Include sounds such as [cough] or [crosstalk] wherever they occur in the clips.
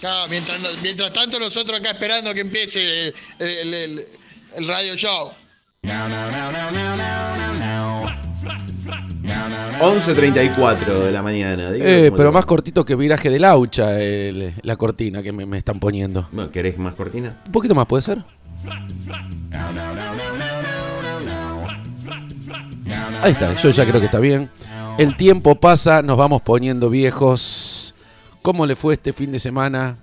Claro, mientras, nos- mientras tanto nosotros acá esperando que empiece el, el- el- el radio show. 11.34 de la mañana. digo, Eh, ¿cómo pero te va? más cortito que viraje de laucha el- la cortina que me, me están poniendo. Bueno, ¿Querés más cortina? Un poquito más, ¿puede ser? Ahí está, yo ya creo que está bien. El tiempo pasa, nos vamos poniendo viejos. ¿Cómo le fue este fin de semana?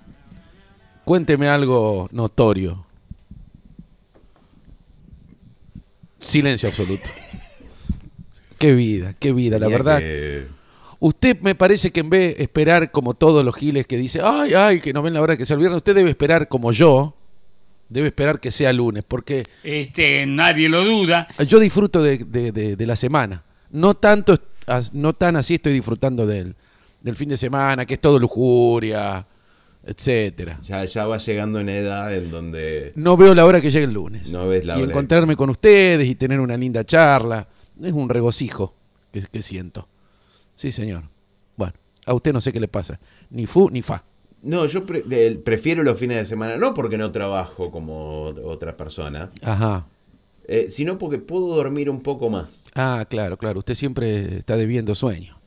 Cuénteme algo notorio. Silencio absoluto. Qué vida, qué vida, la Tenía verdad. que- Usted me parece que en vez de esperar como todos los giles que dice, ay, ay, que nos ven la hora que sea el viernes, usted debe esperar como yo, debe esperar que sea lunes, porque Este, nadie lo duda. yo disfruto de, de- de- de la semana. No tanto, as- no tan así estoy disfrutando del, del fin de semana, que es todo lujuria, etcétera. Ya, ya vas llegando en edad en donde... No veo la hora que llegue el lunes. No ves la y hora de- encontrarme con ustedes y tener una linda charla. Es un regocijo que, que siento. Sí, señor. Bueno, a usted no sé qué le pasa. Ni fu ni fa. No, yo pre- de- prefiero los fines de semana, no porque no trabajo como otras personas, Ajá. eh, sino porque puedo dormir un poco más. Ah, claro, claro. Usted siempre está debiendo sueño.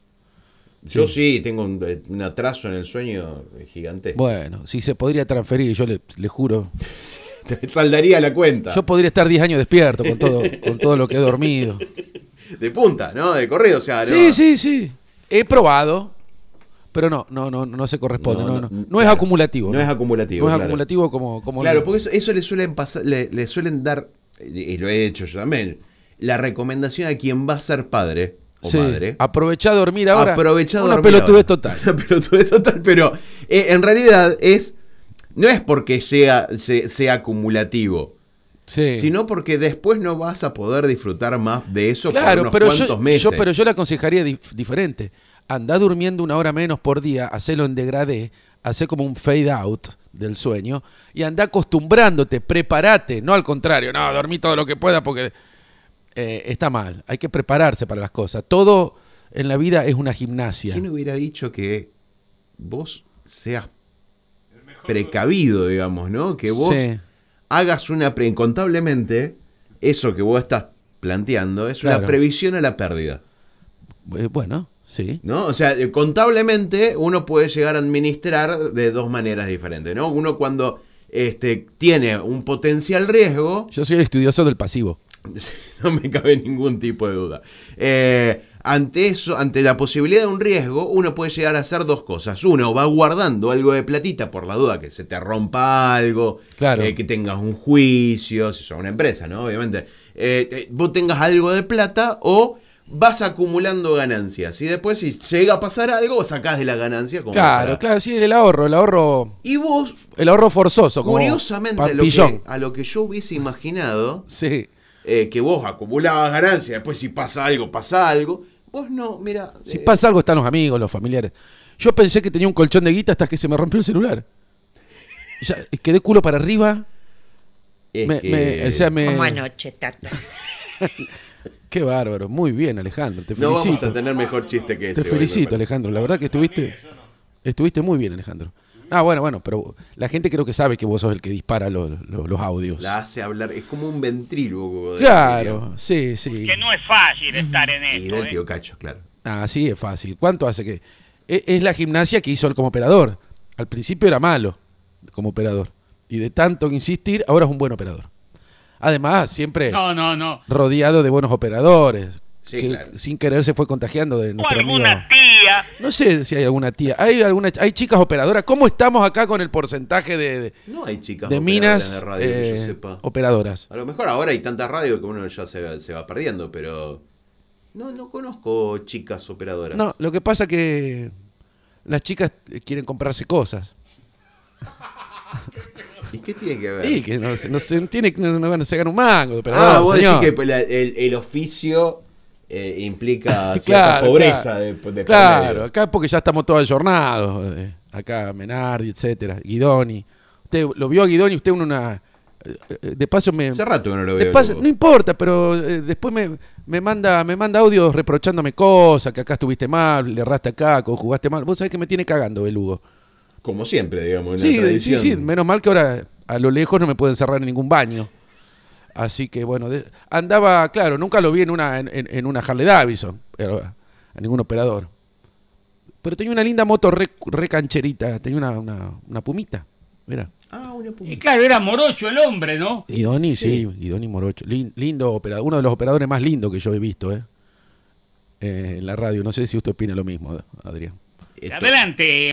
Yo sí tengo un, eh, un atraso en el sueño gigante. Bueno, si se podría transferir, yo le, le juro. [laughs] Te saldaría la cuenta. Yo podría estar 10 años despierto con todo, con todo lo que [laughs] he dormido. De punta, ¿no? De corrido, o sea, no. Sí, sí, sí. He probado, pero no, no, no, no se corresponde. No, no, no es claro. acumulativo. No es acumulativo, No es claro. acumulativo como, como Claro, el- porque eso, eso le suelen pasar, le, le suelen dar, y lo he hecho yo también, la recomendación a quien va a ser padre o Sí, Oh, madre. Aprovechá a dormir ahora. Aprovechá de Una dormir pelotudez ahora. total. [laughs] Una pelotudez total, pero eh, en realidad es. No es porque sea, se- sea acumulativo, Sí. sino porque después no vas a poder disfrutar más de eso por claro, unos pero cuantos yo, meses. yo- pero yo le aconsejaría dif- diferente. Andá durmiendo una hora menos por día, hacelo en degradé, hacé como un fade out del sueño y andá acostumbrándote, prepárate, no al contrario, no, dormí todo lo que pueda porque eh, está mal, hay que prepararse para las cosas. Todo en la vida es una gimnasia. ¿Quién hubiera dicho que vos seas precavido, digamos, ¿no? Que vos Sí. hagas una pre incontablemente eso que vos estás planteando es Claro. una previsión a la pérdida, Eh, bueno, sí. ¿no? O sea, eh, contablemente uno puede llegar a administrar de dos maneras diferentes, ¿no? Uno cuando este, tiene un potencial riesgo, Yo soy el estudioso del pasivo. [laughs] no me cabe ningún tipo de duda. Eh, ante eso, ante la posibilidad de un riesgo, uno puede llegar a hacer dos cosas. Uno, va guardando algo de platita por la duda que se te rompa algo, Claro. eh, que tengas un juicio, si sos una empresa, ¿no? Obviamente. Eh, te- vos tengas algo de plata o vas acumulando ganancias. Y después, si llega a pasar algo, sacás de la ganancia. como Claro, para- claro, sí, el ahorro, el ahorro, Y vos, el ahorro forzoso. como curiosamente, a lo que- papillón. a lo que yo hubiese imaginado, Sí. eh, que vos acumulabas ganancias, después si pasa algo, pasa algo. Vos no, mira. Si eh, pasa algo, están los amigos, los familiares. Yo pensé que tenía un colchón de guita hasta que se me rompió el celular. Ya, eh, quedé culo para arriba. eh, es me- que- me- o sea, me- Como anoche, Tata. Qué bárbaro. Muy bien, Alejandro. Te no vamos felicito. a tener mejor chiste que ese. te hoy, me felicito, parece. Alejandro. La verdad que estuviste. Estuviste muy bien, Alejandro. Ah, bueno, bueno, pero la gente creo que sabe que vos sos el que dispara lo- lo- los audios. La hace hablar, es como un ventrílogo. de- Claro, sí, sí. Que no es fácil estar en Y esto. del ¿eh? tío Cacho, claro. Ah, sí, es fácil. ¿Cuánto hace que.? e- Es la gimnasia que hizo él como operador. Al principio era malo como operador. Y de tanto insistir, ahora es un buen operador. Además, siempre No, no, no. rodeado de buenos operadores. Sí, que claro. sin querer se fue contagiando de O nuestro amigo. alguna tía. No sé si hay alguna tía. ¿Hay, alguna, hay chicas operadoras. ¿Cómo estamos acá con el porcentaje de, de- No hay chicas de operadoras minas de radio que yo eh, sepa. operadoras? A lo mejor ahora hay tanta radio que uno ya se, se va perdiendo, pero. No, no conozco chicas operadoras. No, lo que pasa que las chicas eh, quieren comprarse cosas. ¿Y qué tiene que ver? Y que no, se- no se tiene, no, no van a sacar un mango de operador, ah, vos señor. decís que la- el, el oficio eh, [laughs] implica cierta Claro, pobreza claro. de, de por medio. Claro, acá porque ya estamos todos ayornados. eh, Acá Menardi, etcétera, Guidoni. Usted lo vio a Guidoni, usted en una. eh, eh, De paso me. Hace rato que no lo de veo. paso- Hugo. no importa, pero eh, después me, me manda me manda audios reprochándome cosas, que acá estuviste mal, le erraste acá, conjugaste mal. Vos sabés que me tiene cagando el Hugo. como siempre, digamos, en la Sí, de- sí, tradición. sí, menos mal que ahora a lo lejos no me pueden cerrar en ningún baño. Así que bueno, de- andaba, claro, nunca lo vi en una, en, en- en una Harley Davidson, pero a ningún operador. Pero tenía una linda moto re, re cancherita, tenía una, una, una pumita, mira. Ah, una Eh, Y pumita. Eh, claro, era morocho el hombre, ¿no? Idoni, Sí. sí, Idoni Morocho. Lin- lindo operador, uno de los operadores más lindos que yo he visto, ¿eh? Eh, en la radio. No sé si usted opina lo mismo, Adrián. Esto- Adelante.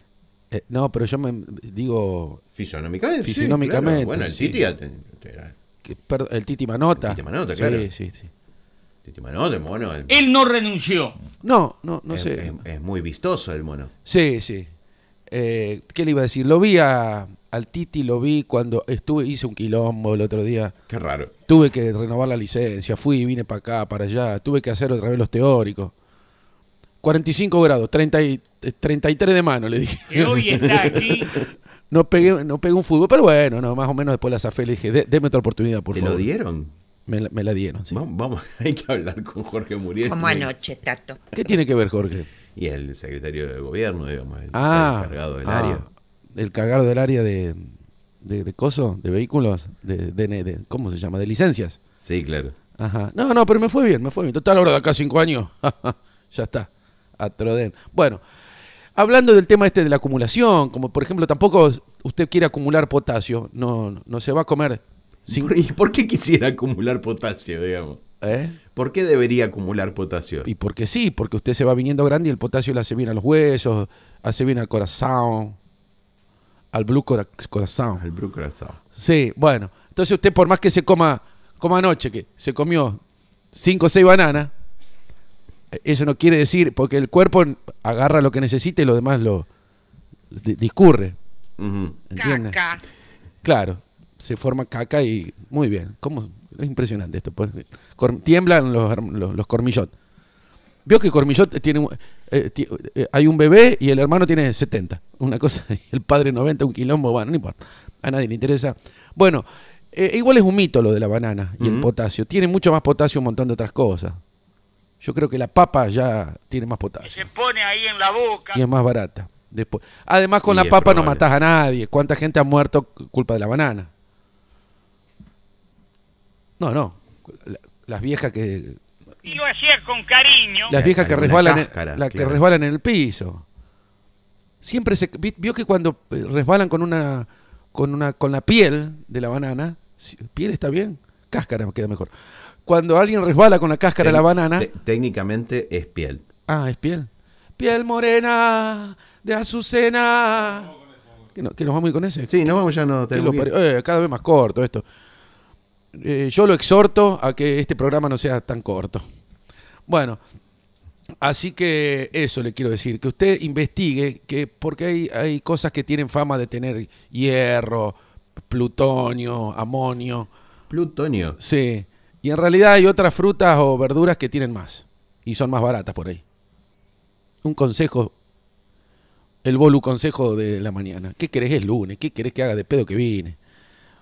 Eh, no, pero yo me digo Fisionómicamente. sí, Fisionómicamente, claro. Bueno, el sí. Titi ya te- te era- que, perdón, el Titi Manota. El Titi Manota, Sí, claro. sí, sí. Titi Manota, el mono. el- Él no renunció. No, no, no es, sé. es- es muy vistoso el mono. Sí, sí. Eh, ¿Qué le iba a decir? Lo vi a- al Titi, lo vi cuando estuve, hice un quilombo el otro día. Qué raro. Tuve que renovar la licencia, fui, vine para acá, para allá, tuve que hacer otra vez los teóricos. 45 grados, 30 y- eh, 33 de mano, le dije. Que hoy está aquí. [laughs] No pegué, no pegué un fútbol, pero bueno, no, más o menos después la zafé, le dije, "Dé- deme otra oportunidad, por ¿Te favor. lo dieron? Me, la, me la dieron, sí. Vamos, vamos, [laughs] hay que hablar con Jorge Muriel. Como anoche, Tato. ¿Qué tiene que ver, Jorge? Y el secretario de gobierno, digamos, el Ah, encargado del ah, área. El cargado del área de, de, de coso, de vehículos, de, de- de- ¿cómo se llama? De licencias. Sí, claro. Ajá. No, no, pero me fue bien, me fue bien. Total, ahora de acá a cinco años, [laughs] ya está, a Troden. Bueno, hablando del tema este de la acumulación, como por ejemplo, tampoco usted quiere acumular potasio, no, no se va a comer cinco... ¿Y por qué quisiera acumular potasio, digamos? ¿Eh? ¿Por qué debería acumular potasio? Y porque sí, porque usted se va viniendo grande y el potasio le hace bien a los huesos, hace bien al corazón, al blue cora- corazón. Al Brook Rasau. Sí, bueno. Entonces usted por más que se coma, coma anoche, que se comió cinco o seis bananas, eh, eso no quiere decir, porque el cuerpo agarra lo que necesita y lo demás lo di- discurre. Ujú. ¿Entiendes? Caca. Claro, se forma caca y muy bien. ¿Cómo? Es impresionante esto. pues. Cor- tiemblan los, herm- los, los cormillot. Vio que cormillot tiene un- eh, ti- eh, hay un bebé y el hermano tiene 70. Una cosa, [laughs] y el padre 90, un quilombo, bueno, no importa. A nadie le interesa. Bueno, eh, igual es un mito lo de la banana y el Ujú. potasio. Tiene mucho más potasio un montón de otras cosas. Yo creo que la papa ya tiene más que potasio Se pone ahí en la boca. y es más barata. Después. Además, con Y la es papa no probable. matás a nadie. ¿Cuánta gente ha muerto c- culpa de la banana? No, no. La- Las viejas que Y lo hacía con cariño. La- las viejas que alguna resbalan en- cáscara, la claro. que resbalan en el piso. Siempre se vi- vio que cuando eh, resbalan con una con una con la piel de la banana, si- piel está bien, cáscara me queda mejor. Cuando alguien resbala con la cáscara de la Tec- banana, te- técnicamente es piel. Ah, es piel. Piel morena de Azucena. ¿Que, no- que nos vamos a ir con ese? Sí, no vamos ya no Que lo tenemos. que ir. parió. Eh, cada vez más corto esto. Eh, yo lo exhorto a que este programa no sea tan corto. Bueno, así que eso le quiero decir, que usted investigue, que porque hay, hay cosas que tienen fama de tener hierro, plutonio, amonio. Plutonio. Sí. Y en realidad hay otras frutas o verduras que tienen más. Y son más baratas por ahí. Un consejo. El bolu consejo de la mañana. ¿Qué querés es lunes? ¿Qué querés que haga de pedo que vine?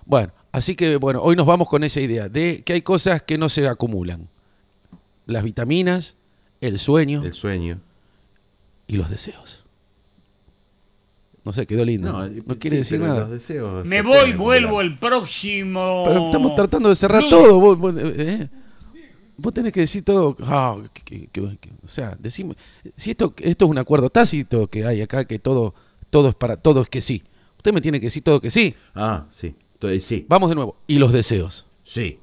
Bueno, así que bueno, hoy nos vamos con esa idea de que hay cosas que no se acumulan. Las vitaminas, el sueño El sueño. y los deseos. No sé, quedó lindo. No, quiere eh, sí, decir pero nada. los deseos Me se voy, pueden vuelvo acumular. el próximo. Pero estamos tratando de cerrar lunes. todo. Vos, vos, eh, vos tenés que decir todo. ah, que- que- que- que- o sea, decime. Si esto, esto es un acuerdo tácito que hay acá, que todo, todo es para todos que sí. Usted me tiene que decir todo que sí. Ah, sí. Entonces, sí. Vamos de nuevo. Y los deseos. Sí.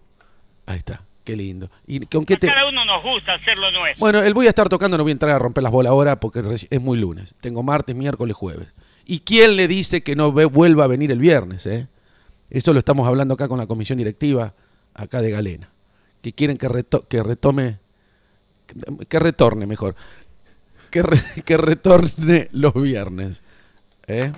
Ahí está. Qué lindo. ¿Y con qué A te.? cada uno nos gusta hacer lo nuestro. Bueno, el voy a estar tocando, no voy a entrar a romper las bolas ahora porque reci- es muy lunes. Tengo martes, miércoles, jueves. ¿Y quién le dice que no ve- vuelva a venir el viernes? eh? Eso lo estamos hablando acá con la comisión directiva acá de Galena. Que quieren que, reto- que retome, que, que retorne mejor. Que, re- [laughs] que retorne los viernes. ¿eh?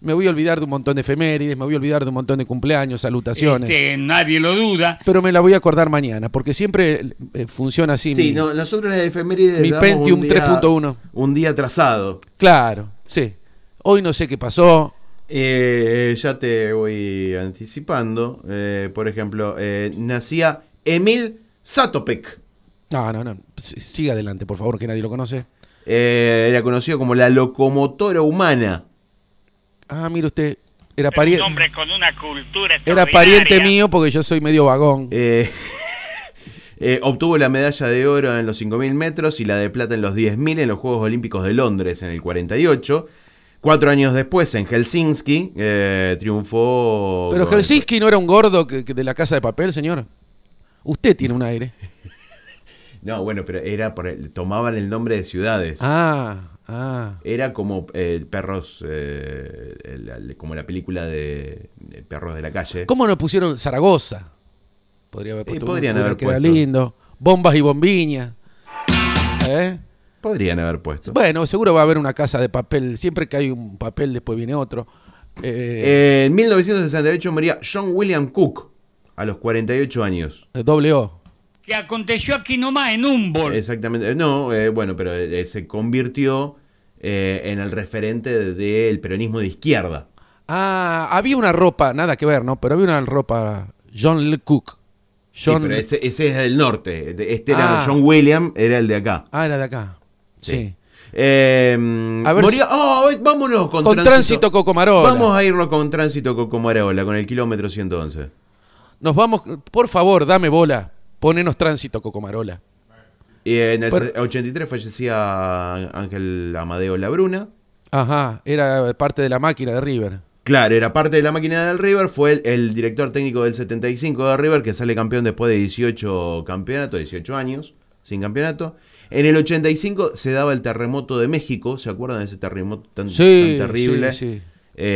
Me voy a olvidar de un montón de efemérides, me voy a olvidar de un montón de cumpleaños, salutaciones. Este, nadie lo duda. Pero me la voy a acordar mañana, porque siempre eh, funciona así. Sí, mi- no, nosotros las efemérides. Mi damos un Pentium día- 3.1. Un día atrasado. Claro, sí. Hoy no sé qué pasó. Eh, eh, ya te voy anticipando. Eh, por ejemplo, eh, nacía Emil Satopek. No, no, no. S- Siga adelante, por favor, que nadie lo conoce. Eh, era conocido como la locomotora humana. Ah, mire usted, era, Era pari- un hombre con una cultura era extraordinaria. pariente mío porque yo soy medio vagón. Eh, [laughs] eh, obtuvo la medalla de oro en los 5.000 metros y la de plata en los 10.000 en los Juegos Olímpicos de Londres en el 48. Cuatro años después, en Helsinki, eh, triunfó. Pero con- Helsinki no era un gordo que- que de la casa de papel, señor. Usted tiene [laughs] un aire. No, bueno, pero era por el- tomaban el nombre de ciudades. Ah, ah. Era como eh, perros, eh, el- como la película de, de Perros de la calle. ¿Cómo no pusieron Zaragoza? Podría haber Eh, puesto podrían uno, haber queda puesto. lindo. Bombas y bombiñas. ¿Eh? Podrían haber puesto. Bueno, seguro va a haber una casa de papel. Siempre que hay un papel, después viene otro. Eh, Eh, en 1968 moría John William Cook a los 48 años. Eh, doble O. Que aconteció aquí nomás en Humboldt. Exactamente. No, eh, bueno, pero eh, se convirtió eh, en el referente de- del peronismo de izquierda. Ah, había una ropa, nada que ver, ¿no? Pero había una ropa. John L. Cook. Sí, John. pero ese, ese es del norte. De- Este era Ah. John William, era el de acá. Ah, era de acá. Sí. Eh, A ver moría- si- ¡Oh! vámonos con, Con Tránsito Cocomarola. Vamos a irnos con tránsito Cocomarola, con el kilómetro 111. Nos vamos. Por favor, dame bola. Ponenos tránsito, Cocomarola. Y en el Pero- 83 fallecía Ángel Amadeo Labruna. Ajá, era parte de la máquina de River. Claro, era parte de la máquina del River, fue el, el director técnico del 75 de River, que sale campeón después de 18 campeonatos, 18 años sin campeonato. En el 85 se daba el terremoto de México, ¿se acuerdan de ese terremoto tan, Sí, tan terrible? sí, sí.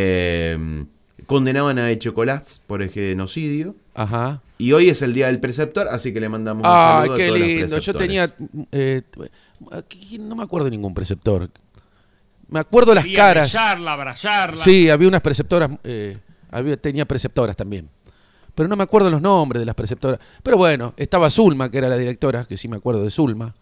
Eh, condenaban a Echocolás por genocidio. Ajá. Y hoy es el día del preceptor, así que le mandamos un Ay, saludo a Ah, qué todos los lindo. Yo preceptores. tenía. eh, aquí no me acuerdo ningún preceptor. Me acuerdo las Y caras. Besarla, abrazarla. Sí, había unas preceptoras. eh, había, tenía preceptoras también. Pero no me acuerdo los nombres de las preceptoras. Pero bueno, estaba Zulma, que era la directora, que sí me acuerdo de Zulma.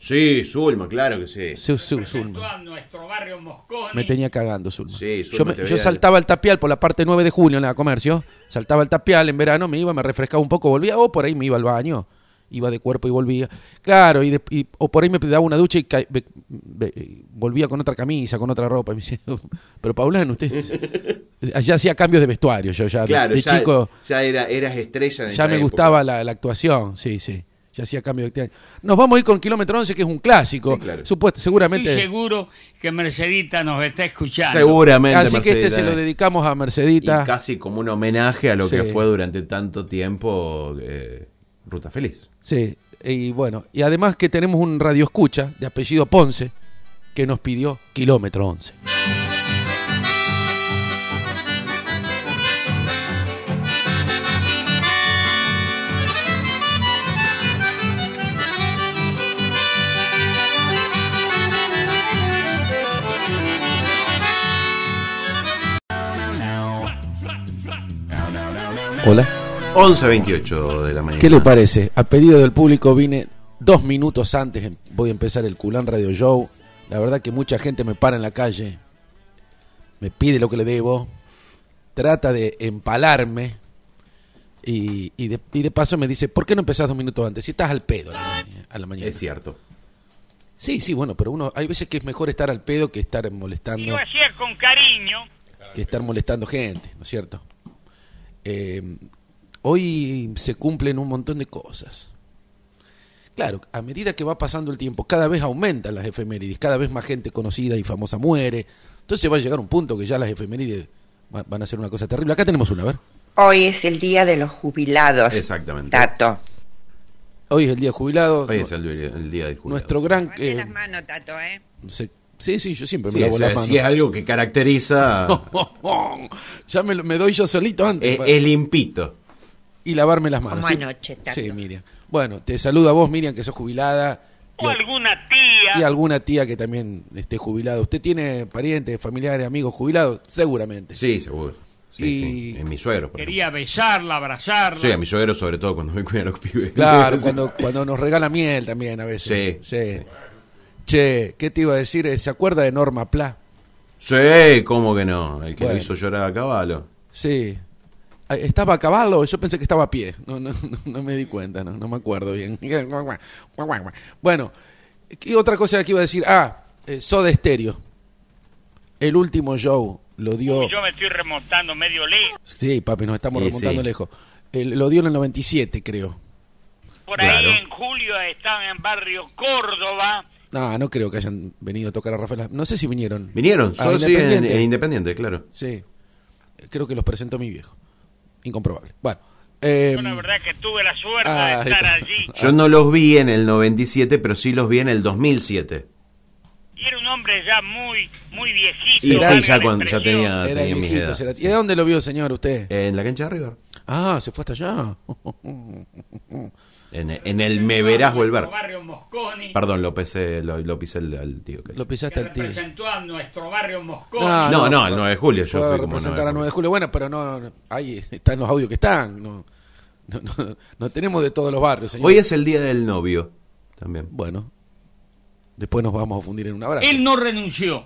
Sí, Zulma, claro que sí. Su- su- Presentó Zulma. a nuestro barrio Mosconi. Me tenía cagando Zulma. Sí, Zulma yo, me- te yo veía- saltaba al tapial por la parte 9 de junio en la comercio. Saltaba al tapial en verano, me iba, me refrescaba un poco, volvía, o por ahí me iba al baño. Iba de cuerpo y volvía. Claro, y, de- y- o por ahí me daba una ducha y ca- ve- ve- eh, volvía con otra camisa, con otra ropa. Y me decía, [laughs] pero Paulano, usted ya hacía cambios de vestuario. Yo ya de- Claro, de, ya, chico ya era, eras estrella. en ya esa me época. gustaba la, la actuación. Sí, sí. Ya hacía cambios de vestuario. Nos vamos a ir con Kilómetro 11, que es un clásico. Sí, claro. Supuesto, Estoy seguramente. seguro que Mercedita nos está escuchando. Seguramente. Así que este Mercedes, se lo eh. dedicamos a Y Mercedita. casi como un homenaje a lo que Sí. fue durante tanto tiempo eh, Ruta Feliz. Sí, y bueno, y además que tenemos un radio escucha de apellido Ponce que nos pidió kilómetro 11. Hola. 11.28 de la mañana. ¿Qué le parece? A pedido del público vine dos minutos antes, em- voy a empezar el Culán Radio Show. La verdad que mucha gente me para en la calle, me pide lo que le debo, trata de empalarme y, y de, y de paso me dice, ¿por qué no empezás dos minutos antes? Si estás al pedo a la mañana. a la mañana". Es cierto. Sí, sí, bueno, pero uno hay veces que es mejor estar al pedo que estar Y molestando lo hacía con cariño. que estar molestando gente, ¿no es cierto? Eh, hoy se cumplen un montón de cosas. Claro, a medida que va pasando el tiempo, cada vez aumentan las efemérides, cada vez más gente conocida y famosa muere. Entonces va a llegar un punto que ya las efemérides va- van a ser una cosa terrible. Acá tenemos una, a ver. Hoy es el día de los jubilados. Exactamente. Tato. Hoy es el día jubilado. Hoy es el, día- el día del jubilado. Nuestro gran... Levante eh, las manos, Tato, ¿eh? se- sí, sí, yo siempre me Sí, lavo es, las sí es manos. algo que caracteriza. [laughs] e, ya me, lo- me doy yo solito antes. es, pa- es limpito. y lavarme las manos. Como sí. anoche, Tato. Sí, Miriam. Bueno, te saluda a vos, Miriam, que sos jubilada. Y, O alguna tía. y alguna tía que también esté jubilada. ¿Usted tiene parientes, familiares, amigos jubilados? Seguramente. Sí, seguro. Sí, Y- sí. En mis suegros, por Quería besarla, abrazarla. Sí, a mi suegro sobre todo cuando me cuidan los pibes. [laughs] Claro, Sí. cuando, cuando nos regala miel también a veces. Sí, Sí. sí. Che, ¿qué te iba a decir? Eh, ¿Se acuerda de Norma Pla? Sí, cómo que no. El que Bueno. lo hizo llorar a caballo. Sí. Ah, ¿Estaba a caballo? Yo pensé que estaba a pie. No, [laughs] no, no, no me di cuenta, no, no me acuerdo bien. [laughs] Bueno, y otra cosa que iba a decir? Ah, eh, Soda Stereo. El último show lo dio. Yo me estoy remontando medio lejos. Sí, papi, nos estamos Sí, remontando sí. lejos. El- lo dio en el 97, creo. Por Claro. ahí en julio estaba en barrio Córdoba. No, no creo que hayan venido a tocar a Rafael. No sé si vinieron. Vinieron, A solo sí, en- en Ah, Independiente. Independiente. claro. Sí. Creo que los presentó mi viejo. Incomprobable. Bueno. eh, Yo la verdad que tuve la suerte ah, de ahí estar está. allí. Yo no los vi en el 97, pero sí los vi en el 2007. Y era un hombre ya muy, muy viejito. Y sí, valga ya, la cuando, ya expresión. tenía, era Ah, tenía mis viejito, edades. Eh. será- ¿Y de dónde lo vio, señor, usted? En la cancha de River. Ah, se fue hasta allá. [laughs] En, en el Me Verás Volver. Barrio Mosconi. Perdón, lo pisé, lo, lo pisé al, al tío. que- Lo pisaste que al tío. Ah, representó a nuestro barrio Mosconi. No, no, el 9 de julio yo fue a fui como 9 representar a de 9 de julio. Bueno, pero no, no, ahí están los audios que están. No, no, no- no tenemos de todos los barrios, señor. Hoy es el día del novio. También. [laughs] Bueno, después nos vamos a fundir en un abrazo. Él no renunció.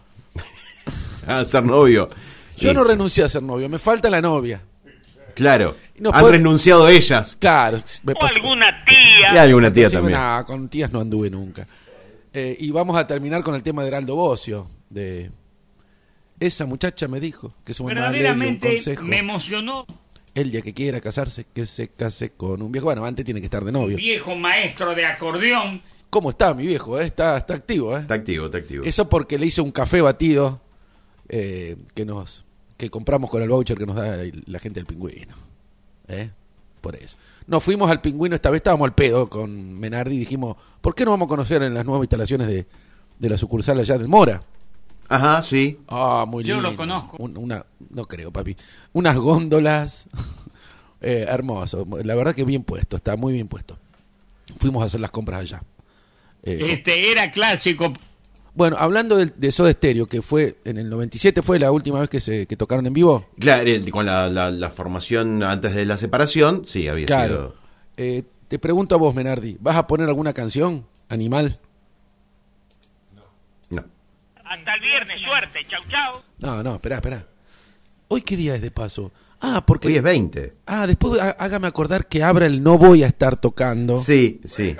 Ah, ser novio. Yo Sí, no renuncié a ser novio, me falta la novia. Claro. No Han puedo- renunciado ellas. Claro, me O pasó- alguna tía. Y alguna tía Inclusive, también. nah, con tías no anduve nunca. Eh, y vamos a terminar con el tema de Heraldo Bocio. De... Esa muchacha me dijo que su mamá le dio un Verdaderamente consejo. me emocionó. El día que quiera casarse, que se case con un viejo. Bueno, antes tiene que estar de novio. Viejo maestro de acordeón. ¿Cómo está mi viejo? eh? Está, está activo, ¿eh? Está activo, está activo. Eso porque le hice un café batido eh, que nos que compramos con el voucher que nos da el- la gente del pingüino. ¿Eh? Por eso. Nos fuimos al pingüino, esta vez estábamos al pedo con Menardi y dijimos, ¿por qué no vamos a conocer en las nuevas instalaciones de, de la sucursal allá del Mora? Ajá, sí. Ah, muy Yo lindo. lo conozco. Un- una, no creo, papi. Unas góndolas. [laughs] Eh, hermoso. La verdad que bien puesto, está muy bien puesto. Fuimos a hacer las compras allá. Eh, Este era clásico. bueno, hablando del- de, Soda Stereo, que fue en el 97, fue la última vez que se que tocaron en vivo. Claro, eh, con la, la- la formación antes de la separación, sí, había Claro. sido. Eh, te pregunto a vos, Menardi, ¿vas a poner alguna canción, Animal? No. Hasta el viernes, suerte. Chau, chau. No, no, esperá, esperá. ¿Hoy qué día es de paso? Ah, porque... Hoy es 20. Ah, después há- hágame acordar que Abra el No Voy a Estar Tocando. Sí, sí.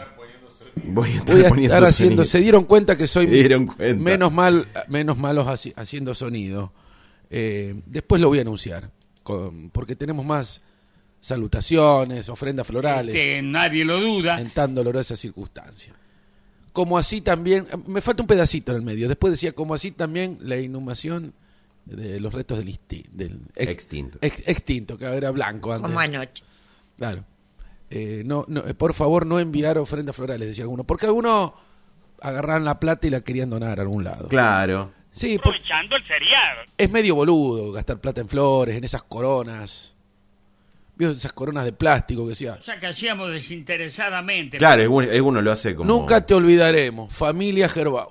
Voy a estar, Voy a poniendo estar haciendo... sonido. Se dieron cuenta que soy Se dieron cuenta. menos mal, menos malos haci- haciendo sonido. Eh, después lo voy a anunciar, con- porque tenemos más salutaciones, ofrendas florales. Este, nadie lo duda. en tan dolorosa circunstancia. Como así también, me falta un pedacito en el medio, después decía, como así también la inhumación de los restos del, insti- del ex- Extinto. ex- extinto, que era blanco antes. Como eh. anoche. Claro. Eh, no, no, eh, por favor, no enviar ofrendas florales, decía alguno, porque algunos agarraban la plata y la querían donar a algún lado. Claro. Sí, por- Aprovechando el feriado. es medio boludo gastar plata en flores, en esas coronas. ¿Vio esas coronas de plástico que decía? O sea que hacíamos desinteresadamente. Claro, es uno, es uno lo hace como. Nunca te olvidaremos, familia Gerbau.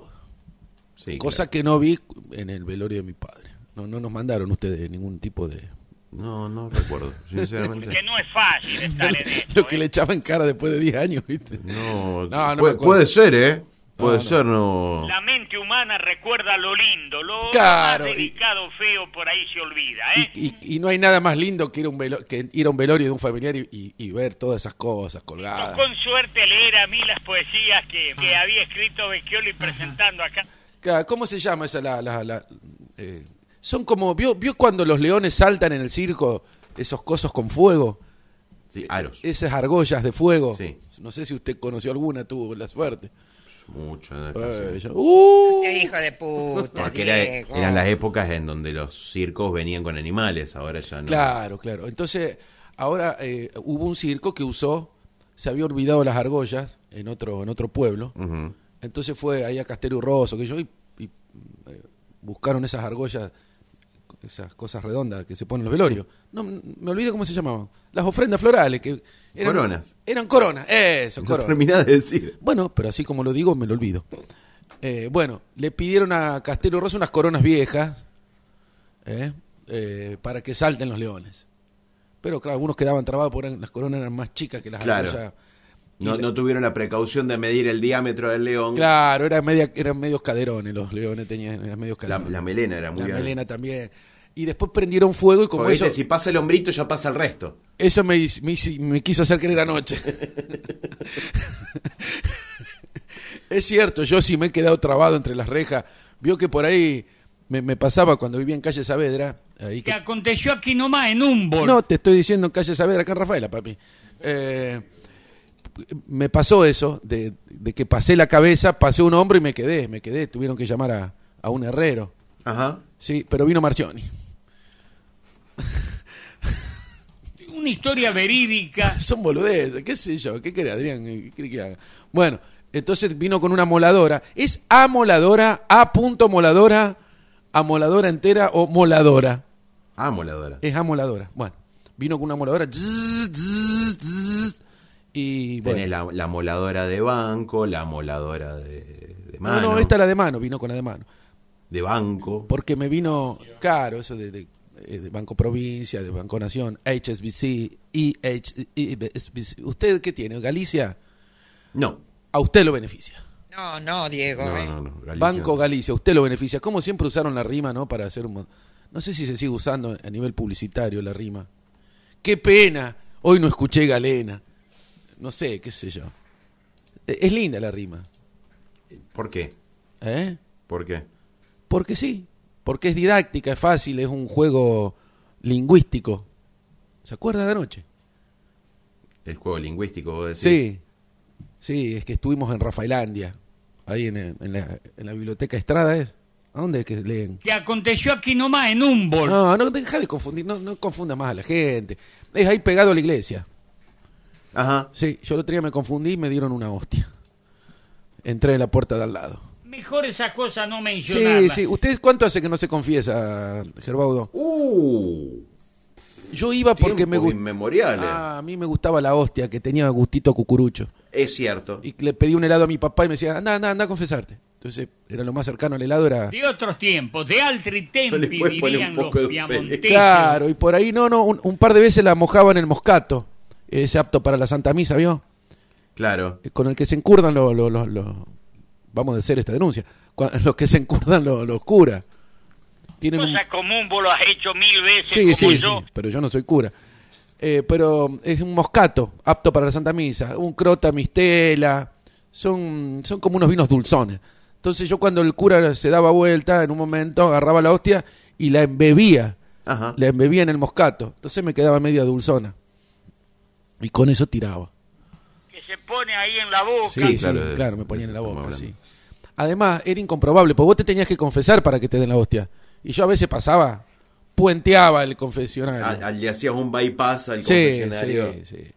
Sí, Cosa que no vi en el velorio de mi padre. No, no nos mandaron ustedes ningún tipo de... claro. No, no recuerdo, sinceramente. [laughs] Que no es fácil estar en esto. Lo que le echaba en cara después de 10 años, ¿viste? No, No, no me puede, acuerdo. puede ser, ¿eh? Puede No, no. ser, no. La mente humana recuerda lo lindo, lo Claro, más y- delicado, feo, por ahí se olvida, ¿eh? Y, y- y no hay nada más lindo que ir a un, velo- que ir a un velorio de un familiar y, y- y ver todas esas cosas Ah. colgadas. Con suerte leer a mí las poesías que, que había escrito Becchioli presentando acá. Claro, ¿Cómo se llama esa? La, la- la- eh, son como... ¿vio, vio cuando los leones saltan en el circo? Esos cosos con fuego. Sí, aros. Esas argollas de fuego. Sí. No sé si usted conoció alguna, tuvo la suerte. Mucho. ¿no? Eh, yo- ¡Uh! Ese hijo de puta, Porque era- Diego. eran las épocas en donde los circos venían con animales, ahora ya no. Claro, claro. Entonces, ahora eh, hubo un circo que usó, se había olvidado las argollas en otro, en otro pueblo. Ujú. Entonces fue ahí a Castelo Rosso, que yo, y, y, eh, buscaron esas argollas, esas cosas redondas que se ponen en los velorios. No, m- me olvido cómo se llamaban. Las ofrendas florales, que eran Coronas. Eran coronas, eso, No coronas. terminás de decir. Bueno, pero así como lo digo, me lo olvido. Eh, bueno, le pidieron a Castelo Rosso unas coronas viejas ¿eh? Eh, para que salten los leones. Pero claro, algunos quedaban trabados porque eran- las coronas eran más chicas que las Claro. argollas. Y No, la- no tuvieron la precaución de medir el diámetro del león. Claro, era media, eran medios caderones los leones, tenían, eran medios La, caderones. la melena era muy La grande. melena también. Y después prendieron fuego y como Porque, eso, viste, si pasa el hombrito, ya pasa el resto. eso me, hiz- me hizo- me quiso hacer creer anoche. es cierto, yo sí me he quedado trabado entre las rejas. Vio que por ahí me, me pasaba cuando vivía en calle Saavedra. Ahí Que que- aconteció aquí nomás en Humboldt. no, te estoy diciendo en calle Saavedra, acá en Rafaela, papi. Eh, me pasó eso, de, de que pasé la cabeza, pasé un hombro y me quedé, me quedé. Tuvieron que llamar a, a un herrero. Ajá. Sí, pero vino Marcioni. Una historia [laughs] verídica. Son boludeces, qué sé yo, qué quiere Adrián, qué quiere que haga. Bueno, entonces vino con una moladora. ¿Es A moladora, A punto moladora, A moladora entera o moladora? Ah, moladora. Es A moladora. Bueno, vino con una moladora. zzz, zzz, zzz, y bueno. Tenés la, la moladora de banco, la moladora de, de No, mano. no, esta la de mano, vino con la de mano. De banco. Porque me vino caro eso de, de, eh, de Banco Provincia, de Banco Nación, HSBC, EH, HSBC. ¿Usted qué tiene? ¿Galicia? No. A usted lo beneficia. No, no, Diego. No, eh. no, no, Galicia Banco no. Galicia, usted lo beneficia. Como siempre usaron la rima, ¿no? Para hacer un... mon- No sé si se sigue usando a nivel publicitario la rima. ¡Qué pena! Hoy no escuché Galena. No sé, qué sé yo. Eh, Es linda la rima. ¿Por qué? ¿Eh? ¿Por qué? Porque sí, porque es didáctica, es fácil, es un juego lingüístico. ¿Se acuerda de anoche? El juego lingüístico, vos decís. Sí, sí, es que estuvimos en Rafaelandia, ahí en, el- en la, en la biblioteca Estrada, ¿es? ¿A dónde es que leen? Que aconteció aquí nomás en Humboldt. No, no, deja de confundir, no, no confunda más a la gente. Es ahí pegado a la iglesia. Ajá. Sí, yo el otro día me confundí y me dieron una hostia. Entré en la puerta de al lado. Mejor esas cosas no mencionarlas. Sí, sí. ¿Usted cuánto hace que no se confiesa, Gerbaudo? Uh, Yo iba porque me tiempos gustaba. inmemoriales. Ah, a mí me gustaba la hostia que tenía gustito a cucurucho. Es cierto. Y le pedí un helado a mi papá y me decía, anda, anda, anda a confesarte. Entonces, era lo más cercano al helado, era. De otros tiempos, de altri No le tempi, puedes poner un dirían los poco de dulce de leche. piamonteses. Claro, y por ahí, no, no, un, un par de veces la mojaban en el moscato. Ese apto para la Santa Misa, ¿vio? Claro. eh, Con el que se encurdan los. los- los- los- vamos a hacer esta denuncia. Cua- [laughs] Los que se encurdan los, los curas. Tienen un- Cosa común, vos lo has hecho mil veces Sí, como sí, yo. sí, pero yo no soy cura. Eh, pero es un moscato, apto para la Santa Misa, un crota mistela, son, son como unos vinos dulzones. Entonces yo cuando el cura se daba vuelta, en un momento agarraba la hostia y la embebía, Ajá. la embebía en el moscato. Entonces me quedaba media dulzona. Y con eso tiraba. Que se pone ahí en la boca. Sí, Sí, sí, claro, claro, de- me ponía en de la eso boca, estamos sí. hablando. Además, era incomprobable, porque vos te tenías que confesar para que te den la hostia. Y yo a veces pasaba, puenteaba el confesionario. Al, al- le hacías un bypass al Sí, Ah, confesionario. sí, sí.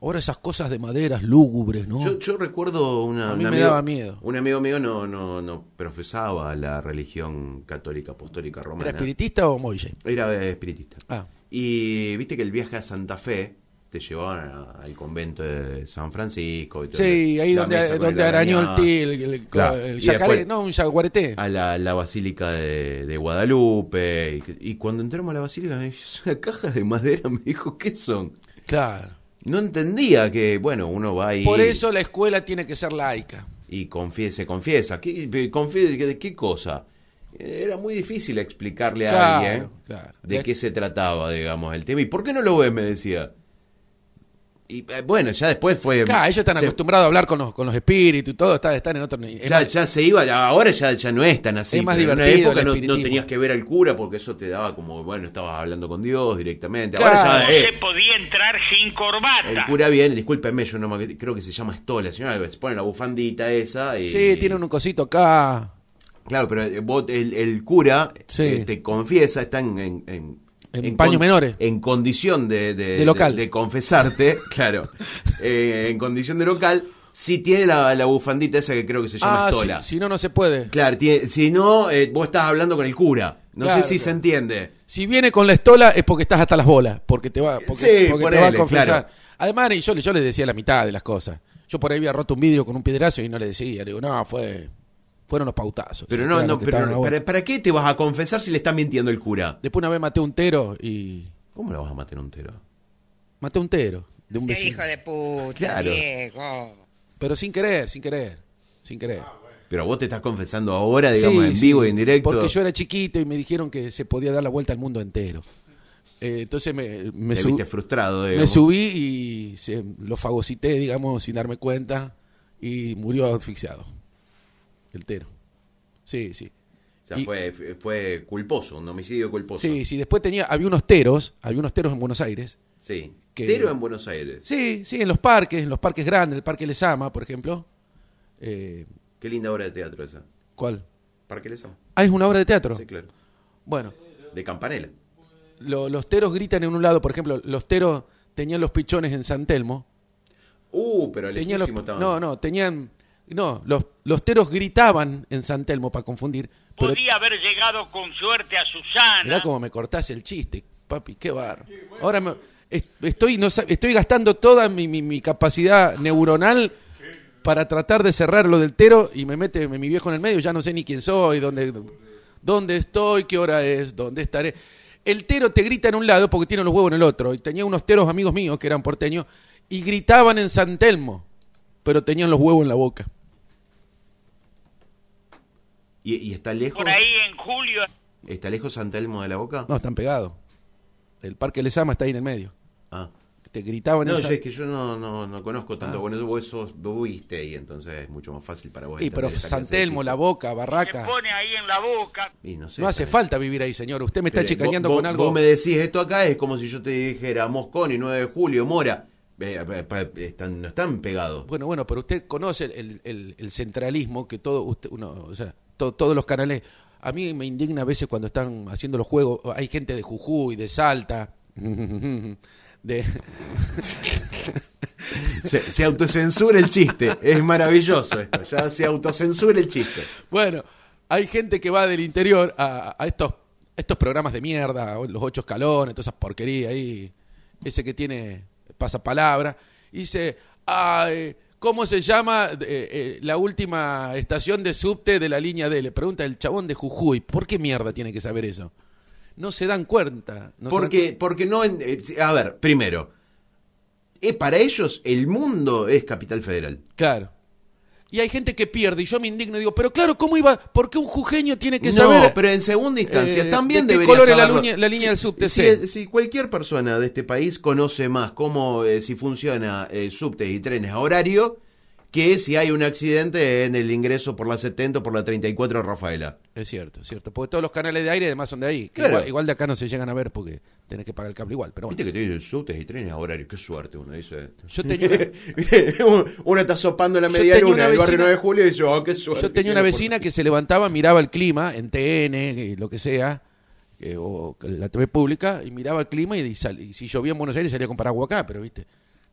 Ahora esas cosas de maderas lúgubres, ¿no? Yo, yo recuerdo una, A mí un me amigo- daba miedo. Un amigo mío no, no, no profesaba la religión católica apostólica ¿Era romana. espiritista o molle? Era eh, espiritista. Ah, Y viste que el viaje a Santa Fe te llevaban a- al convento de San Francisco. Y todo sí, eso. ahí La mesa donde, con donde el arañó el arañado. til, el, el- Claro, el y yacaré, después- Ah. no, un yaguareté. a la, la Basílica de, de Guadalupe. Y, y cuando entramos a la Basílica, me dijo, "Esas cajas de madera, [laughs] me dijo, ¿qué son? Claro. No entendía que, bueno, uno va ahí Por eso la escuela tiene que ser laica. y confiese, confiesa. ¿Qué, pe- confie- ¿De qué cosa? Eh, Era muy difícil explicarle a Claro, alguien claro. de Ya- qué se trataba, digamos, el tema. ¿Y por qué no lo ves? Me decía. Y eh, bueno, ya después fue... Claro, ellos están se- acostumbrados a hablar con los, con los espíritus y todo, están, están en otro nivel. Es Ya, más, ya se iba, ya- ahora ya, ya no es tan así. Es más pero divertido En una el época no- no, espiritismo. tenías que ver al cura porque eso te daba como, bueno, estabas hablando con Dios directamente. Claro. Ahora No ya, eh, se podía entrar sin el corbata. cura viene, discúlpeme, yo no me- creo que se llama Estola, señora, se pone la bufandita esa y... Sí, tienen un cosito acá. Claro, pero eh, vos- el, el cura Sí. eh, te confiesa, está en... en- en- En paños menores. En condición de, De local. de [laughs] confesarte, claro. eh, en condición de local, si tiene la, la bufandita esa que creo que se llama Ah, Estola. si, si no, no se puede. Claro, tiene- si no, eh, vos estás hablando con el cura. No Claro, sé si claro. se entiende. Si viene con la estola es porque estás hasta las bolas, porque te va, porque, Sí, porque te ponele, va a confesar. claro. Además, y yo, le- yo le decía la mitad de las cosas. Yo por ahí había roto un vidrio con un piedrazo y no le decía. Le digo, no, fue, fueron los pautazos. Pero Sí, no, claro, no, que pero estaban no, a vos. ¿para, para qué te vas a confesar si le está mintiendo el cura? Después una vez maté un tero y... ¿Cómo lo vas a matar entero? Maté un tero de un Qué vecino. hijo de puta, Claro. Diego. Pero sin querer, sin querer, sin querer. Pero vos te estás confesando ahora, digamos, Sí, en sí, vivo y en directo. Porque yo era chiquito y me dijeron que se podía dar la vuelta al mundo entero. Eh, entonces me, me Te sub- viste frustrado, Me digamos. subí y se- lo fagocité, digamos, sin darme cuenta y murió asfixiado. El tero. Sí, sí. O sea, Y- fue, fue culposo, un homicidio culposo. Sí, sí, después tenía, había unos teros, había unos teros en Buenos Aires. Sí. Que- Tero en Buenos Aires. Sí, sí, en los parques, en los parques grandes, el Parque Lesama, por ejemplo. Eh, Qué linda obra de teatro esa. ¿Cuál? Parque Lesama. Ah, es una obra de teatro. Sí, claro. Bueno, De Campanela. lo- los teros gritan en un lado, por ejemplo, los teros tenían los pichones en San Telmo. Uh, pero Tenían lejísimo los- estaban. no, no, tenían. No, los, los teros gritaban en San Telmo para confundir. Pero Podía haber llegado con suerte a mirá Susana. como me cortás el chiste, papi, qué bar. Ahora me- es- estoy, no, sab- estoy gastando toda mi, mi- mi capacidad neuronal para tratar de cerrar lo del tero y me mete mi viejo en el medio, ya no sé ni quién soy, dónde, dónde estoy, qué hora es, dónde estaré. El tero te grita en un lado porque tiene los huevos en el otro. Y tenía unos teros amigos míos que eran porteños y gritaban en San Telmo, pero tenían los huevos en la boca. ¿Y, y está lejos? Por ahí en julio. ¿Está lejos San Telmo de la Boca? No, están pegados. El Parque Lesama está ahí en el medio. Ah. Te gritaban en No, San- Ah. yo- es que yo no, no, no conozco tanto. Bueno, vos sos, vos viviste ahí, entonces es mucho más fácil para vos. Y pero entender esa San clase de Telmo, chiste. La Boca, Se Barraca. pone ahí en la boca. Y no sé, No hace tal vez. falta vivir ahí, señor. Usted me está Pero, chicaneando vos- con vos- algo. Vos me decís esto acá, es como si yo te dijera Mosconi, 9 de julio, Mora. Eh, pa- pa- están, no están pegados. Bueno, bueno, pero usted conoce el, el- el centralismo que todo, usted, uno, o sea, to- todos los canales. A mí me indigna a veces cuando están haciendo los juegos. Hay gente de Jujuy, de Salta, [laughs] de, Se, se autocensura el chiste. Es maravilloso esto. Ya se autocensura el chiste. Bueno, hay gente que va del interior a, a estos, estos programas de mierda, o los ocho escalones, todas esas porquerías ahí, ese que tiene pasapalabra, y dice, "Ay, ¿cómo se llama eh, eh, la última estación de subte de la línea D? Le pregunta el chabón de Jujuy, ¿por qué mierda tiene que saber eso? No se dan cuenta. no se dan porque, porque no. en- eh, a ver, primero. eh, para ellos, el mundo es capital federal. cu- claro. Y hay gente que pierde, y yo me indigno y digo, pero claro, ¿cómo iba? ¿Por qué un jujeño tiene que no, saber? pero en segunda instancia eh, también ¿de qué debería color es la saberlo. luña- la línea Si- del subte si, C? si cualquier persona de este país conoce más cómo eh, si funciona eh, subtes y trenes a horario que si hay un accidente en el ingreso por la 70 o por la 34 Rafaela. Es cierto, es cierto. Porque todos los canales de aire además son de ahí. que Claro. Igual, igual de acá no se llegan a ver porque tenés que pagar el cable igual. Pero bueno. Viste que te dicen subtes y trenes a horario, qué suerte uno dice. Yo tenía [laughs] una, uno está sopando la Yo media tenía luna una del barrio vecina- 9 de julio y dice, oh, qué suerte. yo tenía que una tiene vecina por- que se levantaba, miraba el clima en TN, eh, lo que sea, eh, o la TV pública, y miraba el clima y, y sal- y si llovía en Buenos Aires salía con paraguas acá, pero viste.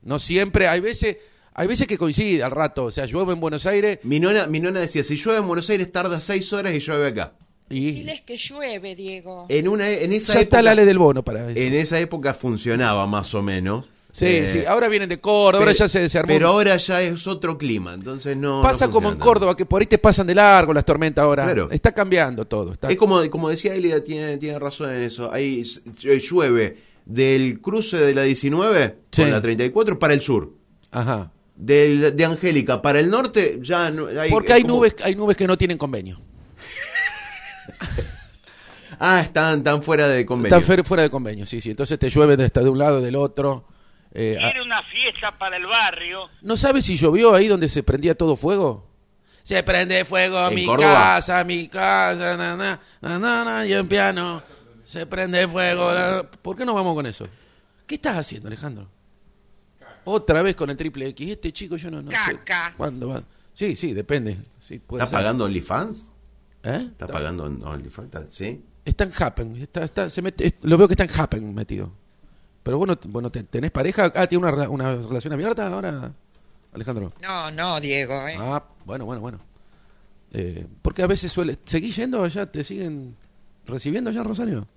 No siempre, hay veces, hay veces que coincide al rato. O sea, llueve en Buenos Aires Mi nona, mi nona decía, si llueve en Buenos Aires tarda 6 horas y llueve acá. y. Diles que llueve, Diego. En una en esa Ya época- está la ley del bono para eso. En esa época funcionaba más o menos. Sí, Eh, sí. Ahora vienen de Córdoba, ahora pero- ya se desarmó. Pero ahora ya es otro clima, entonces no. no Pasa como en funciona. Córdoba, que por ahí te pasan de largo las tormentas ahora. Claro. Está cambiando todo. Está... Es como, como decía Elida, tiene, tiene razón en eso. Ahí s- llueve del cruce de la 19 Sí. con la 34 para el sur. Ajá. Del, de Angélica para el norte, ya no. Hay, Porque es hay como- nubes, hay nubes que no tienen convenio. Ah, están tan fuera de convenio. Están fer- fuera de convenio, sí, sí. Entonces te llueve de, hasta de un lado, del otro. Eh, ah, Era una fiesta para el barrio. ¿No sabes si llovió ahí donde se prendía todo fuego? Se prende fuego ¿En mi Córdoba? casa, mi casa, na, na, na, na, na, y en piano. Se prende fuego. la- ¿Por qué no vamos con eso? ¿Qué estás haciendo, Alejandro? Otra vez con el triple X. Este chico yo no, no sé. Caca. ¿Cuándo va? Sí, sí, depende. Sí, puede ¿Está ser. pagando OnlyFans? ¿Eh? ¿Está pagando OnlyFans? ¿Está- ¿Sí? Está en Happen. Está, está- se mete- es- lo veo que está en Happen metido. Pero bueno, bueno ¿tenés pareja? Ah, ¿tiene una, rela- una relación abierta ahora, Alejandro? No, no, Diego, eh. Ah, bueno, bueno, bueno. Eh, porque a veces suele... ¿Seguís yendo allá? ¿Te siguen recibiendo allá en Rosario?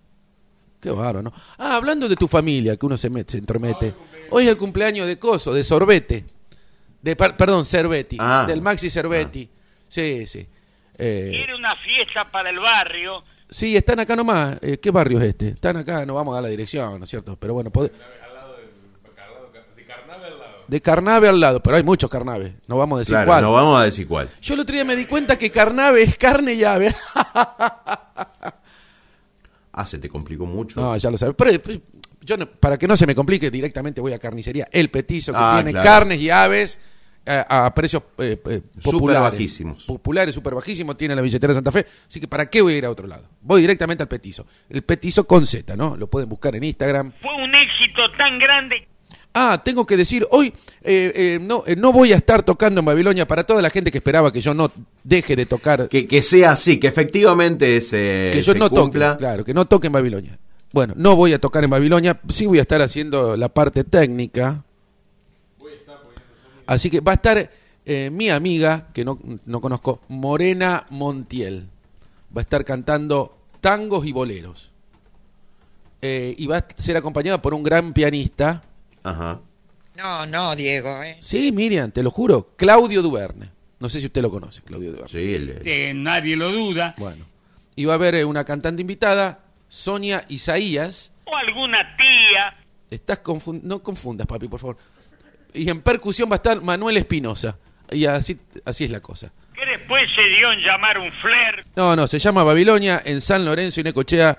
Qué bárbaro, ¿no? Ah, hablando de tu familia, que uno se, mete, se entromete. Hoy es el cumpleaños de Coso, de Sorbete. De, par- perdón, Cervetti. Ah. Del Maxi Cervetti. Sí, sí. Eh, Era una fiesta para el barrio. Sí, están acá nomás. Eh, ¿Qué barrio es este? Están acá, no vamos a dar la dirección, ¿no es cierto? Pero bueno, pod- de Carnave al lado, pero hay muchos Carnaves, no vamos a decir Claro, cuál. no vamos a decir cuál. Yo el otro día me di cuenta que Carnave es carne y ave. [laughs] Ah, se te complicó mucho. no, ya lo sabes. Pero, eh, yo no- para que no se me complique, directamente voy a carnicería El Petizo, que Ah, tiene claro. carnes y aves. a, a precios eh, eh, populares. bajísimos. Populares, súper bajísimos, tiene la billetera de Santa Fe. Así que, ¿para qué voy a ir a otro lado? Voy directamente al petizo. El petizo con Z, ¿no? Lo pueden buscar en Instagram. Fue un éxito tan grande Ah, tengo que decir, hoy eh, eh, no, eh, no voy a estar tocando en Babilonia para toda la gente que esperaba que yo no deje de tocar, que, Que, que sea así, que efectivamente se, yo se no cumpla. toque, claro, que no toque en Babilonia. Bueno, no voy a tocar en Babilonia, sí voy a estar haciendo la parte técnica. Así que va a estar eh, mi amiga, que no, no conozco, Morena Montiel. Va a estar cantando tangos y boleros. Eh, y va a ser acompañada por un gran pianista. Ajá. No, no, Diego, ¿eh? Sí, Miriam, te lo juro. Claudio Duverne. No sé si usted lo conoce, Claudio Duverne. Sí, el- Eh, nadie lo duda. Bueno. Y va a haber eh, una cantante invitada, Sonia Isaías. o alguna tía. Estás confun- No confundas, papi, por favor. Y en percusión va a estar Manuel Espinosa. Y así, así es la cosa. Que después se dio en llamar un flair. No, no, se llama Babilonia en San Lorenzo y Necochea.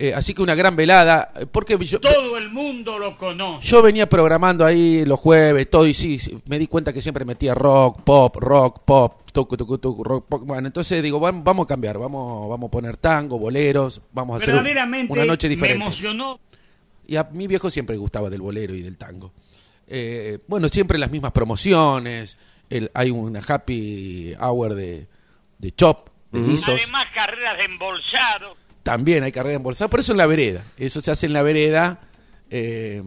Eh, así que una gran velada. eh, Porque yo, Todo el mundo lo conoce. yo venía programando ahí los jueves, todo, y sí, sí, me di cuenta que siempre metía rock, pop, rock, pop, tucu, tucu, tucu, rock, pop. Bueno, entonces digo, vam- vamos a cambiar, vamos, vamos a poner tango, boleros, vamos a hacer un- Verdaderamente una noche me diferente. emocionó. Y a mi viejo siempre le gustaba del bolero y del tango. Eh, bueno, siempre las mismas promociones. el- hay una happy hour de, de chop, de guisos. Además, carreras de embolsado. También hay carrera embolsada, por eso en la vereda. Eso se hace en la vereda eh,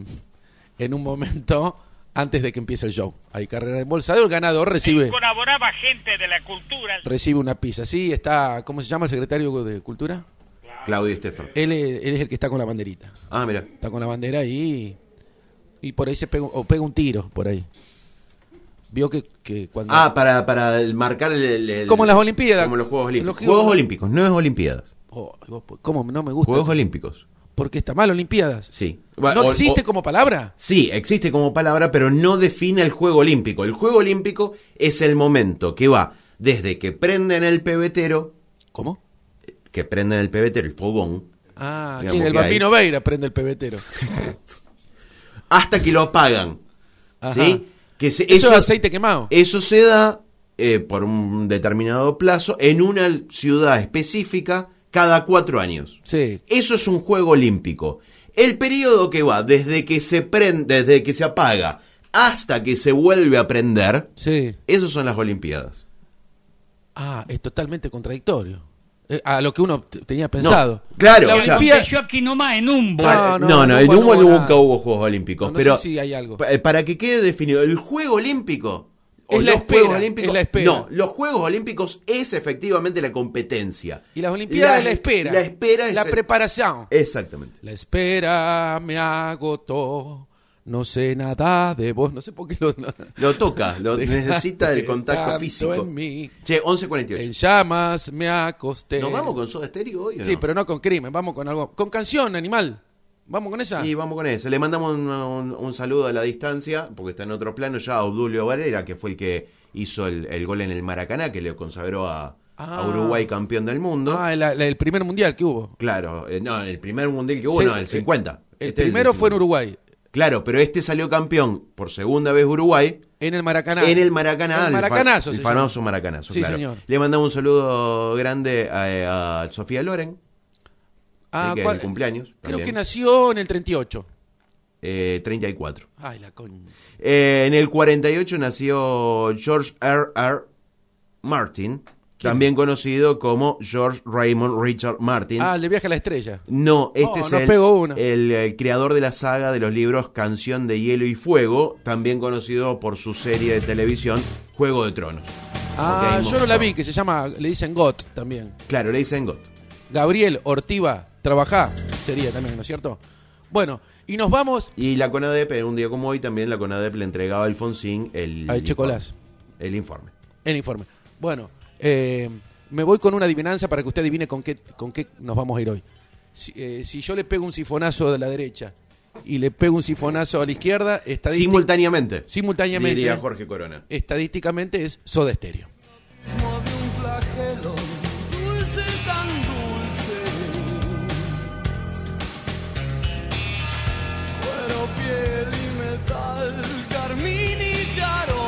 en un momento antes de que empiece el show. Hay carrera de embolsado, el ganador recibe, Colaboraba gente de la cultura. recibe una pizza. Sí, está, ¿cómo se llama el secretario de Cultura? Claudio Estefan. Él, es- él es el que está con la banderita. Ah, mira. Está con la bandera ahí y por ahí se pega, o pega un tiro, por ahí. Vio que, que cuando... Ah, para, para el- marcar el, el- el- Como las Olimpiadas. Como los Juegos Olímpicos. Los Juegos Juegos- Olímpicos, no es Olimpiadas. Oh, vos, ¿Cómo? No me gusta. Juegos Olímpicos. Porque está mal, Olimpiadas. Sí. ¿No O- existe o- como palabra? Sí, existe como palabra, pero no define el Juego Olímpico. El Juego Olímpico es el momento que va desde que prenden el pebetero, ¿Cómo? que prenden el pebetero, el fogón, Ah, Digamos ¿quién? El que hay- bambino Veira prende el pebetero. hasta que lo apagan. Ajá. ¿Sí? Que se- Eso es aceite quemado. Eso se da eh, por un determinado plazo en una ciudad específica cada cuatro años. Sí. Eso es un juego olímpico. El periodo que va desde que se prende, desde que se apaga hasta que se vuelve a prender, Sí. esos son las Olimpiadas. Ah, es totalmente contradictorio. Eh, a lo que uno t- tenía pensado. claro, La o sea- Olimpia- Empezó aquí nomás en un bol. Para- no, no, no, no, en no Humo hubo nunca nada. hubo Juegos Olímpicos, No, no pero sé si hay algo. pa- para que quede definido, el Juego Olímpico o Es la los espera, Juegos Olímpicos, es la espera. no, los Juegos Olímpicos es efectivamente la competencia Y las Olimpiadas es la espera. la espera, es La el- Eh, preparación. exactamente. La espera me agotó. No sé nada de vos. No sé por qué lo. no- Lo toca, [laughs] lo Dejaste necesita el contacto tanto físico. en mí. Che, En 11.48. llamas me acosté. ¿Nos vamos con Soda Stereo hoy o Sí, no? pero no con crimen. Vamos con algo. Con canción, animal. Vamos con esa. Y vamos con eso. Le mandamos un, un- un saludo a la distancia, porque está en otro plano ya a Obdulio Varela, que fue el que hizo el, el gol en el Maracaná, que le consagró a, a Ah. Uruguay campeón del mundo. Ah, la- la- el primer mundial que hubo. Claro, eh, no, el primer mundial que hubo, Sí, no, eh, el 50. El Este es primero fue en 50. Uruguay. Claro, pero este salió campeón por segunda vez Uruguay En el Maracaná. en el Maracaná. El fa- Maracanazo. El se llama. famoso Maracanazo, Sí, claro. señor. Le mandamos un saludo grande a, a Sofía Loren, eh, Ah, que es ¿cuál- el cumpleaños. Creo también. que nació en el 38. Eh, 34. Ay, la coña. Eh, en el 48 nació George R. R. Martin, también conocido como George Raymond Richard Martin. Ah, el de Viaje a la Estrella. No, este Oh, es no el, pegó una. el, eh, creador de la saga de los libros Canción de Hielo y Fuego, también conocido por su serie de televisión Juego de Tronos. Ah, Ok, yo no la monstruo. vi, que se llama, le dicen GOT también. Claro, le dicen God. Gabriel Ortiva, trabajá, sería también, ¿no es cierto? Bueno, y nos vamos. Y la CONADEP, en un día como hoy, también la CONADEP le entregaba a Alfonsín el, Al informe. Checolás. el informe. El informe. Bueno, eh, me voy con una adivinanza para que usted adivine con qué, con qué nos vamos a ir hoy. Si, eh, si yo le pego un sifonazo de la derecha y le pego un sifonazo a la izquierda, estadística- Simultáneamente. Simultáneamente. Diría Jorge Corona. estadísticamente es soda estéreo. mismo de un flagelo, dulce tan dulce. Cuero, piel y metal, carmín y charol.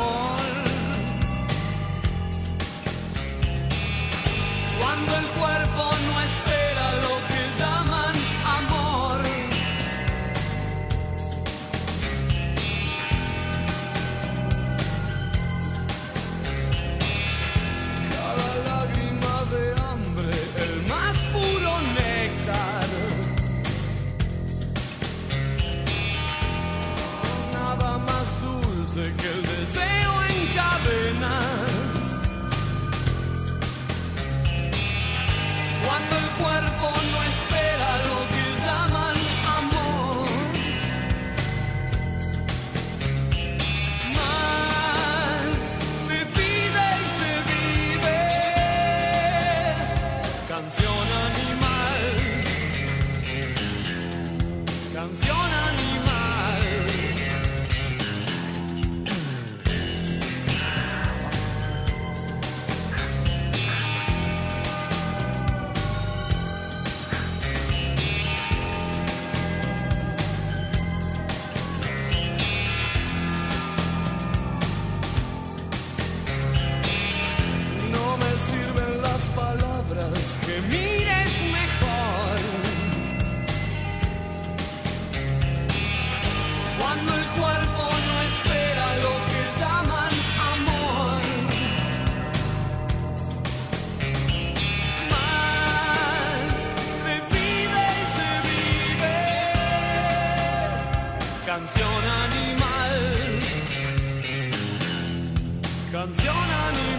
Hace que el deseo en cadenas. Cuando el cuerpo no espera lo que llaman amor. Más se pide y se vive. Canción animal. Canción animal. No me sirven las palabras que mires mejor. Cuando el cuerpo no espera lo que llaman amor. Más se pide y se vive. Canción animal. Canción animal.